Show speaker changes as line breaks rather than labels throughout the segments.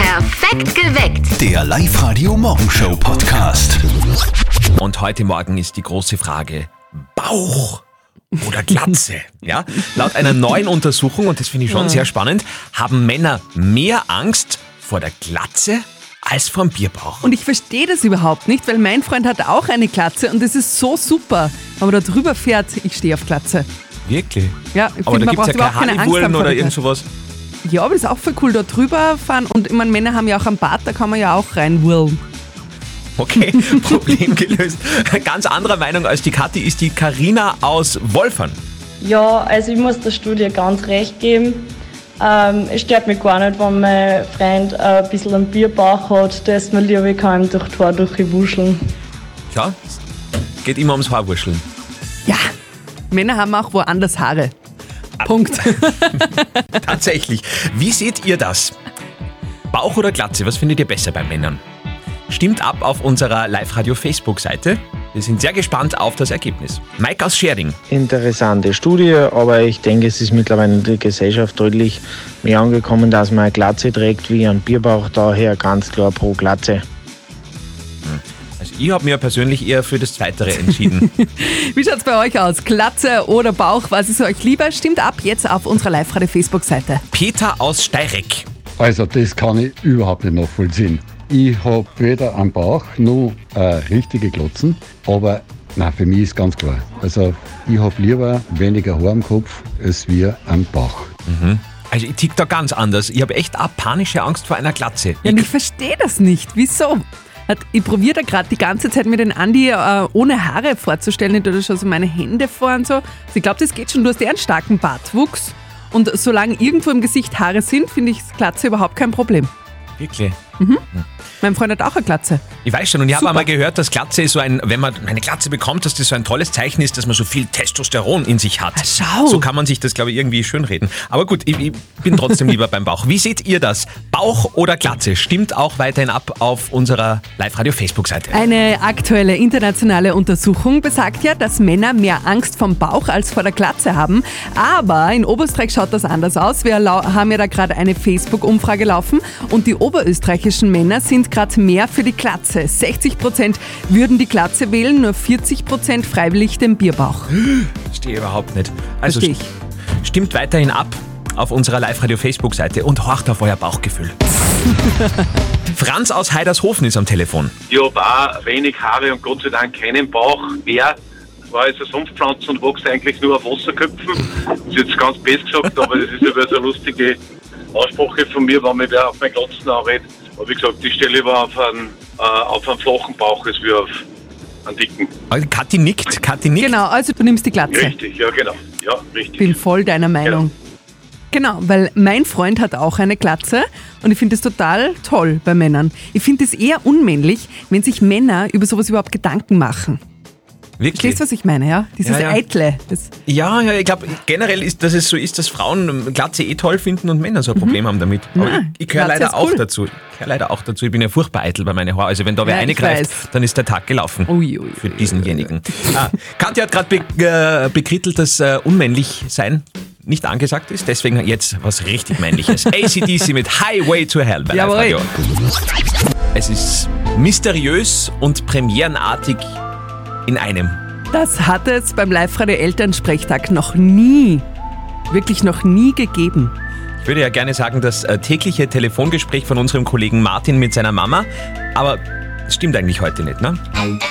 Perfekt geweckt.
Der Live-Radio Morgenshow Podcast.
Und heute Morgen ist die große Frage: Bauch oder Glatze? ja? Laut einer neuen Untersuchung, und das finde ich schon sehr spannend, haben Männer mehr Angst vor der Glatze als vor dem Bierbauch.
Und ich verstehe das überhaupt nicht, weil mein Freund hat auch eine Glatze und es ist so super. Wenn man da drüber fährt, ich stehe auf Glatze.
Wirklich?
Ja, ich
Aber da
finde, man
gibt es
braucht
ja
überhaupt
keine
keine Angst haben
Honigwurlen
vor
oder
der
irgend
Glatze.
sowas.
Ja, aber das ist auch voll cool, da drüber fahren und ich meine, Männer haben ja auch einen Bart, da kann man ja auch reinwurlen.
Okay, Problem gelöst. Ganz anderer Meinung als die Kathi ist die Karina aus Wolfern.
Ja, also ich muss der Studie ganz recht geben. Ähm, es stört mich gar nicht, wenn mein Freund ein bisschen einen Bierbauch hat, dass man lieber ich kann ihm durch die Haare durchwuscheln.
Ja, geht immer ums Haarwurscheln.
Ja, Männer haben auch woanders Haare.
Ah.
Punkt.
Tatsächlich. Wie seht ihr das? Bauch oder Glatze? Was findet ihr besser bei Männern? Stimmt ab auf unserer Live-Radio-Facebook-Seite. Wir sind sehr gespannt auf das Ergebnis. Mike aus Schering.
interessante Studie, aber ich denke, es ist mittlerweile in der Gesellschaft deutlich mehr angekommen, dass man eine Glatze trägt wie ein Bierbauch, daher ganz klar pro Glatze.
Also ich habe mir persönlich eher für das Zweitere entschieden.
Wie schaut's bei euch aus? Glatze oder Bauch? Was ist euch lieber? Stimmt ab jetzt auf unserer Live-Radio-Facebook-Seite.
Peter aus Steyreck.
Also das kann ich überhaupt nicht nachvollziehen. Ich habe weder am Bauch noch äh, richtige Glotzen, aber na für mich ist ganz klar. Also ich habe lieber weniger Haar am Kopf als wir am Bauch.
Also ich tick da ganz anders. Ich habe echt ab panische Angst vor einer Glatze.
Ja, und ich verstehe das nicht. Wieso? Hat- Ich probiere da gerade die ganze Zeit mir den Andi äh, ohne Haare vorzustellen. Ich tue da schon so meine Hände vor und so. Also ich glaube, das geht schon. Du hast ja einen starken Bartwuchs. Und solange irgendwo im Gesicht Haare sind, finde ich Glatze überhaupt kein Problem.
Wirklich?
Mein Freund hat auch eine Glatze.
Ich weiß schon, und ich habe
Super.
einmal gehört, dass Glatze ist so ein, wenn man eine Glatze bekommt, dass das so ein tolles Zeichen ist, dass man so viel Testosteron in sich hat.
schau.
So kann man sich das, glaube ich, irgendwie schönreden. Aber gut, ich, ich bin trotzdem lieber beim Bauch. Wie seht ihr das? Bauch oder Glatze? Stimmt auch weiterhin ab auf unserer Live-Radio-Facebook-Seite.
Eine aktuelle internationale Untersuchung besagt ja, dass Männer mehr Angst vom Bauch als vor der Glatze haben. Aber in Oberösterreich schaut das anders aus. Wir lau- haben ja da gerade eine Facebook-Umfrage laufen und die oberösterreichischen Männer sind gerade mehr für die Glatze. 60 Prozent würden die Glatze wählen, nur 40 Prozent freiwillig den Bierbauch.
Verstehe überhaupt nicht. Also
Verstehe ich.
st- stimmt weiterhin ab auf unserer Live-Radio-Facebook-Seite und horcht auf euer Bauchgefühl. Franz aus Heidershofen ist am Telefon.
Ich habe auch wenig Haare und Gott sei Dank keinen Bauch mehr. War also Sumpfpflanze und wächst eigentlich nur auf Wasserköpfen. Ist jetzt ganz best gesagt, aber das ist ja so eine lustige Aussprache von mir, wenn mich wer auf meinen Glotzen anredet. Aber wie gesagt, ich stelle lieber auf einen, äh, auf einen flachen Bauch als wie auf einen dicken.
Also Kathi nickt, Kathi nickt.
Genau, also du nimmst die Glatze.
Richtig, ja genau. Ja, richtig.
bin voll deiner Meinung. Genau, weil mein Freund hat auch eine Glatze und ich finde das total toll bei Männern. Ich finde es eher unmännlich, wenn sich Männer über sowas überhaupt Gedanken machen.
Wirklich.
Verstehst du, was ich meine, ja? Dieses
Ja, ja.
Eitle. Das,
Ja, ja, ich glaube generell ist, dass es so ist, dass Frauen Glatze eh toll finden und Männer so ein Problem haben damit. Aber
Nein,
ich, ich gehöre
Mhm. Glatze
leider
ist
auch
cool.
dazu. Ich gehöre leider auch dazu. Ich bin ja furchtbar eitel bei meinen Haaren. Also wenn da wer
Ja, ich
eingreift,
weiß.
dann ist der Tag gelaufen.
Ui, ui,
für
ui,
diesenjenigen. Ah, Katja hat gerade be äh, bekrittelt, dass äh, unmännlich sein nicht angesagt ist. Deswegen jetzt was richtig Männliches. ACDC mit Highway to Hell bei Live
Jawohl.
Radio. Es ist mysteriös und premierenartig in einem.
das hat es beim Live-Radio-Elternsprechtag noch nie, wirklich noch nie gegeben.
Ich würde ja gerne sagen, das äh, tägliche Telefongespräch von unserem Kollegen Martin mit seiner Mama, aber es stimmt eigentlich heute nicht, ne?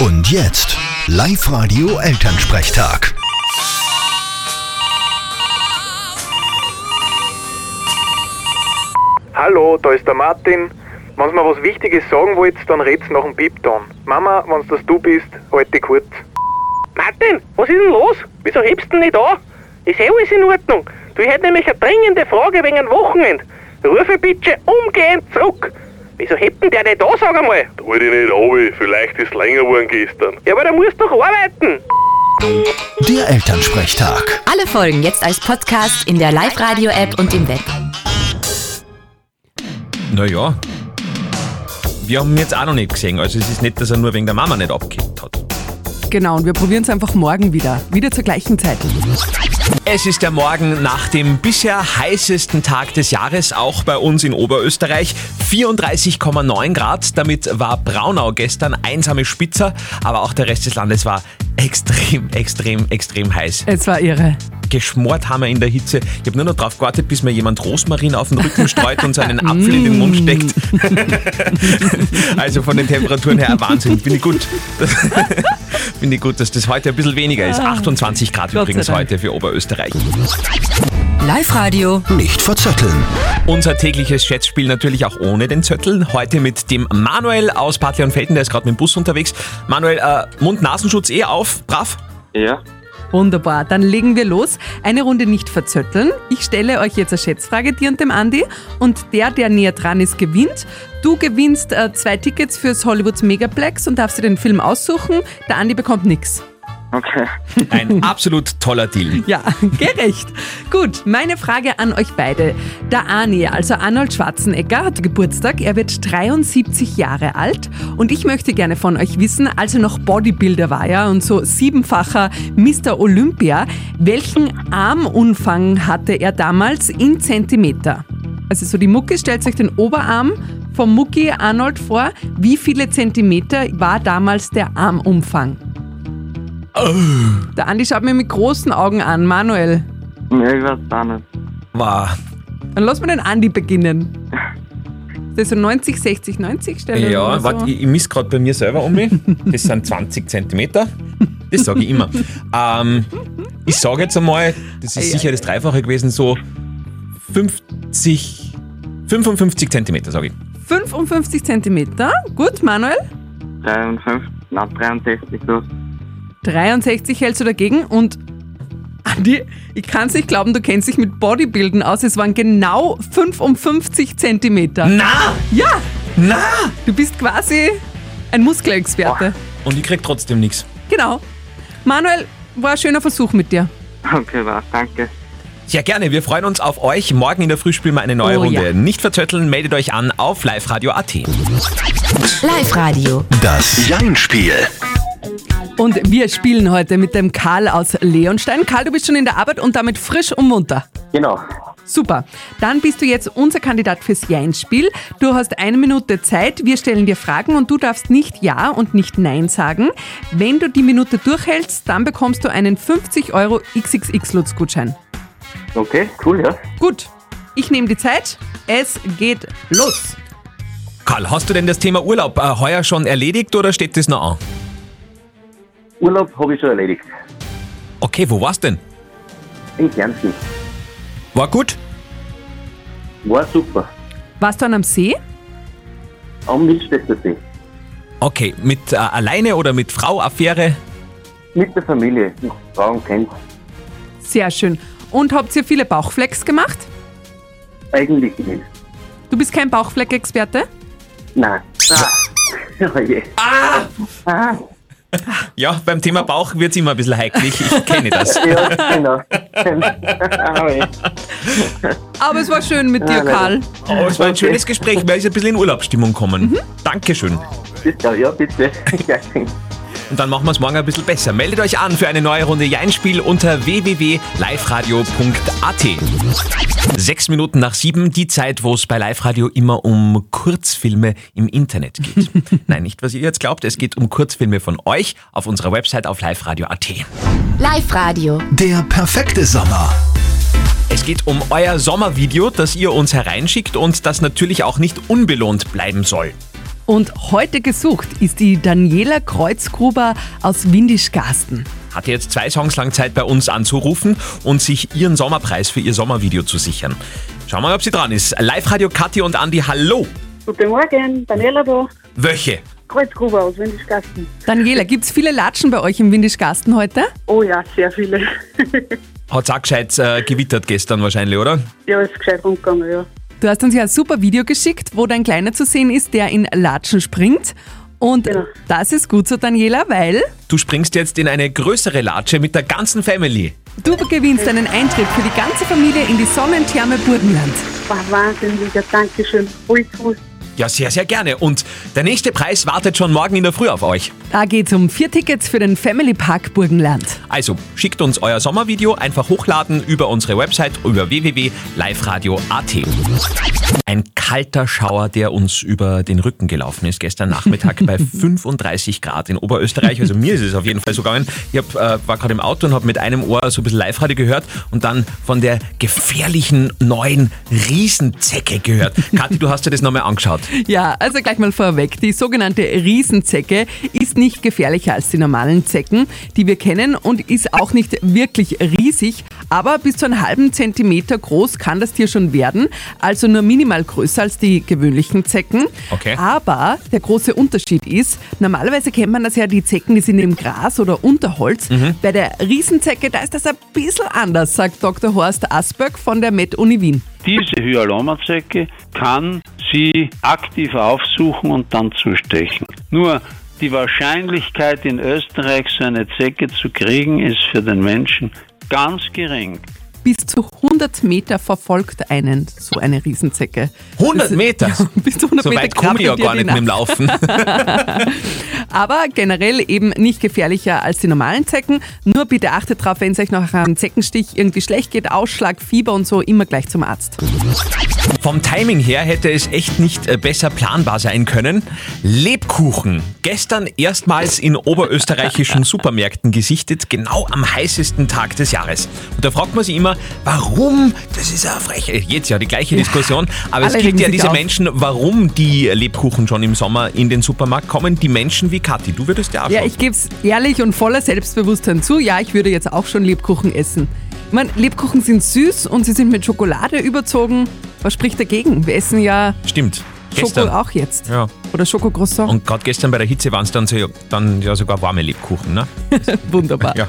Und jetzt Live-Radio Elternsprechtag.
Hallo, da ist der Martin. Wenn's mir was Wichtiges sagen wollt, dann red's nach dem Piepton. Mama, wenn's das du bist, halt dich kurz.
Martin, was ist denn los? Wieso hebst du denn nicht an? Ist eh alles in Ordnung. Du hättest nämlich eine dringende Frage wegen einem Wochenende. Rufe bitte umgehend zurück. Wieso hebt denn der nicht an, sag einmal?
Da wollte ich nicht runter, vielleicht ist es länger geworden gestern.
Ja, aber der muss doch arbeiten.
Der Elternsprechtag.
Alle Folgen jetzt als Podcast in der Live-Radio-App und im Web.
Naja. Wir haben ihn jetzt auch noch nicht gesehen, also es ist nicht, dass er nur wegen der Mama nicht abgekippt hat.
Genau, und wir probieren es einfach morgen wieder, wieder zur gleichen Zeit.
Es ist der Morgen nach dem bisher heißesten Tag des Jahres, auch bei uns in Oberösterreich. 34,9 Grad, damit war Braunau gestern einsame Spitzer, aber auch der Rest des Landes war extrem, extrem, extrem heiß.
Es war irre.
Geschmort haben wir in der Hitze. Ich habe nur noch drauf gewartet, bis mir jemand Rosmarin auf den Rücken streut und seinen Apfel in den Mund
Mm.
steckt. also von den Temperaturen her Wahnsinn. Finde ich gut. Finde ich gut, dass das heute ein bisschen weniger ist. 28 Grad
Ah. Gott sei
übrigens
Dank.
heute für Oberösterreich.
Live-Radio.
Nicht verzetteln.
Unser tägliches Schätzspiel natürlich auch ohne den Zöttel. Heute mit dem Manuel aus Bad Leonfelden, der ist gerade mit dem Bus unterwegs. Manuel, äh, Mund-Nasenschutz eh auf, brav.
Ja,
Wunderbar, dann legen wir los. Eine Runde nicht verzötteln. Ich stelle euch jetzt eine Schätzfrage, dir und dem Andi. Und der, der näher dran ist, gewinnt. Du gewinnst äh, zwei Tickets fürs Hollywoods Megaplex und darfst dir den Film aussuchen. Der Andi bekommt nichts.
okay.
Ein absolut toller Deal.
Ja, gerecht. Gut, meine Frage an euch beide. Der Ani, also Arnold Schwarzenegger, hat Geburtstag. Er wird 73 Jahre alt. Und ich möchte gerne von euch wissen, als er noch Bodybuilder war, ja, und so siebenfacher Mr. Olympia, welchen Armumfang hatte er damals in Zentimeter? Also so die Mucke, stellt euch den Oberarm vom Mucki Arnold vor. Wie viele Zentimeter war damals der Armumfang? Der Andi schaut mir mit großen Augen an. Manuel,
Ja, ich weiß auch nicht.
War,
Dann lass mal den Andi beginnen. Ist Das so 90, 60, 90 Stellen.
ja,
oder so.
warte, ich, ich misst gerade bei mir selber um mich. Das sind 20 Zentimeter. Das sage ich immer. Ähm, ich sage jetzt einmal, das ist sicher das Dreifache gewesen, so 50, 55 Zentimeter, sage ich.
55 Zentimeter. Gut, Manuel.
53, nein, 63 so.
63 hältst du dagegen und Andi, ich kann es nicht glauben, du kennst dich mit Bodybuilden aus. Es waren genau 55 Zentimeter.
Na!
Ja,
Na!
du bist quasi ein Muskelexperte.
Und ich krieg trotzdem nichts.
Genau. Manuel, war ein schöner Versuch mit dir.
Okay, war, danke.
Sehr gerne, wir freuen uns auf euch. Morgen in der Früh spielen wir eine neue
Oh,
Runde.
ja.
Nicht verzötteln, meldet euch an auf liveradio.at.
Live-Radio.
Das Jein-Spiel.
Und wir spielen heute mit dem Karl aus Leonstein. Karl, du bist schon in der Arbeit und damit frisch und munter.
Genau.
Super. Dann bist du jetzt unser Kandidat fürs Jein-Spiel. Du hast eine Minute Zeit. Wir stellen dir Fragen und du darfst nicht Ja und nicht Nein sagen. Wenn du die Minute durchhältst, dann bekommst du einen 50 Euro XXX-Lutz-Gutschein.
Okay, cool, ja.
Gut. Ich nehme die Zeit. Es geht los.
Karl, hast du denn das Thema Urlaub äh, heuer schon erledigt oder steht das noch an?
Urlaub habe ich schon erledigt.
Okay, wo war's denn?
In Kärnten.
War gut?
War super.
Warst du an am See?
Am Milchstädter See.
Okay, mit äh, alleine oder mit Frau Affäre?
Mit der Familie. Frauen kennt.
Sehr schön. Und habt ihr viele Bauchflecks gemacht?
Eigentlich nicht.
Du bist kein Bauchfleck-Experte?
Nein. Ah. Oh je.
Ja, beim Thema Bauch wird's immer ein bisschen heikel. Ich, ich kenne das.
Ja, genau. Ah, je.
Aber es war schön mit dir,
leider.
Karl.
Oh, es war ein
Okay.
schönes Gespräch. Wir sind ein bisschen in Urlaubsstimmung kommen. Dankeschön.
ja, ja, bitte. Ja, danke.
Und dann machen wir es morgen ein bisschen besser. Meldet euch an für eine neue Runde Jeinspiel unter www.liveradio.at. Sechs Minuten nach sieben, die Zeit, wo es bei Live-Radio immer um Kurzfilme im Internet geht. Nein, nicht, was ihr jetzt glaubt. Es geht um Kurzfilme von euch auf unserer Website auf liveradio.at.
Live-Radio.
Der perfekte Sommer.
Es geht um euer Sommervideo, das ihr uns hereinschickt und das natürlich auch nicht unbelohnt bleiben soll.
Und heute gesucht ist die Daniela Kreuzgruber aus Windischgarsten.
Hatte jetzt zwei Songs lang Zeit, bei uns anzurufen und sich ihren Sommerpreis für ihr Sommervideo zu sichern. Schauen wir mal, ob sie dran ist. Live-Radio Kathi und Andi, hallo!
Guten Morgen, Daniela da,
Wöche!
Kreuzgruber aus Windischgasten.
Daniela, gibt es viele Latschen bei euch im Windischgarsten heute?
Oh ja, sehr viele.
Hat's auch gescheit äh, gewittert gestern wahrscheinlich, oder?
ja, ist gescheit rumgegangen, ja.
Du hast uns ja ein super Video geschickt, wo dein Kleiner zu sehen ist, der in Latschen springt. Und das ist gut so, Daniela, weil
Du springst jetzt in eine größere Latsche mit der ganzen Family.
du gewinnst einen Eintritt für die ganze Familie in die Sonnentherme Burgenland.
War wahnsinniger Dankeschön, voll cool.
Ja, sehr, sehr gerne. Und der nächste Preis wartet schon morgen in der Früh auf euch.
Da geht's um vier Tickets für den Family Park Burgenland.
Also schickt uns euer Sommervideo einfach hochladen über unsere Website über www.liveradio.at. Ein kalter Schauer, der uns über den Rücken gelaufen ist gestern Nachmittag bei 35 Grad in Oberösterreich. Also mir ist es auf jeden Fall so gegangen. Ich hab, äh, war gerade im Auto und habe mit einem Ohr so ein bisschen Live-Radio gehört und dann von der gefährlichen neuen Riesenzecke gehört. Kathi, du hast dir das nochmal angeschaut.
Ja, also gleich mal vorweg. Die sogenannte Riesenzecke ist nicht gefährlicher als die normalen Zecken, die wir kennen und ist auch nicht wirklich riesig, aber bis zu einem halben Zentimeter groß kann das Tier schon werden, also nur minimal größer als die gewöhnlichen Zecken.
Okay.
Aber der große Unterschied ist, normalerweise kennt man das ja, die Zecken, die sind im Gras oder Unterholz. Bei der Riesenzecke, da ist das ein bisschen anders, sagt Dr. Horst Asberg von der Med Uni Wien.
Diese Hyalomazecke kann sie aktiv aufsuchen und dann zustechen. Nur die Wahrscheinlichkeit in Österreich, so eine Zecke zu kriegen, ist für den Menschen ganz gering.
Bis zu 100 Meter verfolgt einen so eine Riesenzecke.
100
Das-
Meter?
Ja, bis zu 100
so
Meter
weit komme ich ja
krabbelt ihr
gar
die
nicht mit dem
nach.
Laufen.
Aber generell eben nicht gefährlicher als die normalen Zecken. Nur bitte achtet drauf, wenn es euch nach einem Zeckenstich irgendwie schlecht geht, Ausschlag, Fieber und so, immer gleich zum Arzt.
Vom Timing her hätte es echt nicht äh, besser planbar sein können. Lebkuchen. Gestern erstmals in oberösterreichischen Supermärkten gesichtet, genau am heißesten Tag des Jahres. Und da fragt man sich immer, warum? Das ist ja frech. Äh, Jetzt ja die gleiche Diskussion. Aber es
Alle
gibt
regen
ja
sich
diese
auf.
Menschen, warum die Lebkuchen schon im Sommer in den Supermarkt kommen. Die Menschen wie Kathi. Du würdest ja auch
Ja,
schon.
ich gebe es ehrlich und voller Selbstbewusstsein zu. Ja, ich würde jetzt auch schon Lebkuchen essen. Ich meine, Lebkuchen sind süß und sie sind mit Schokolade überzogen. Was spricht dagegen? Wir essen ja
Stimmt.
Schoko auch jetzt.
Ja.
Oder Schokocroissant.
Und gerade gestern bei der Hitze waren es dann, so, dann ja sogar warme Lebkuchen. Ne?
Wunderbar.
Ja.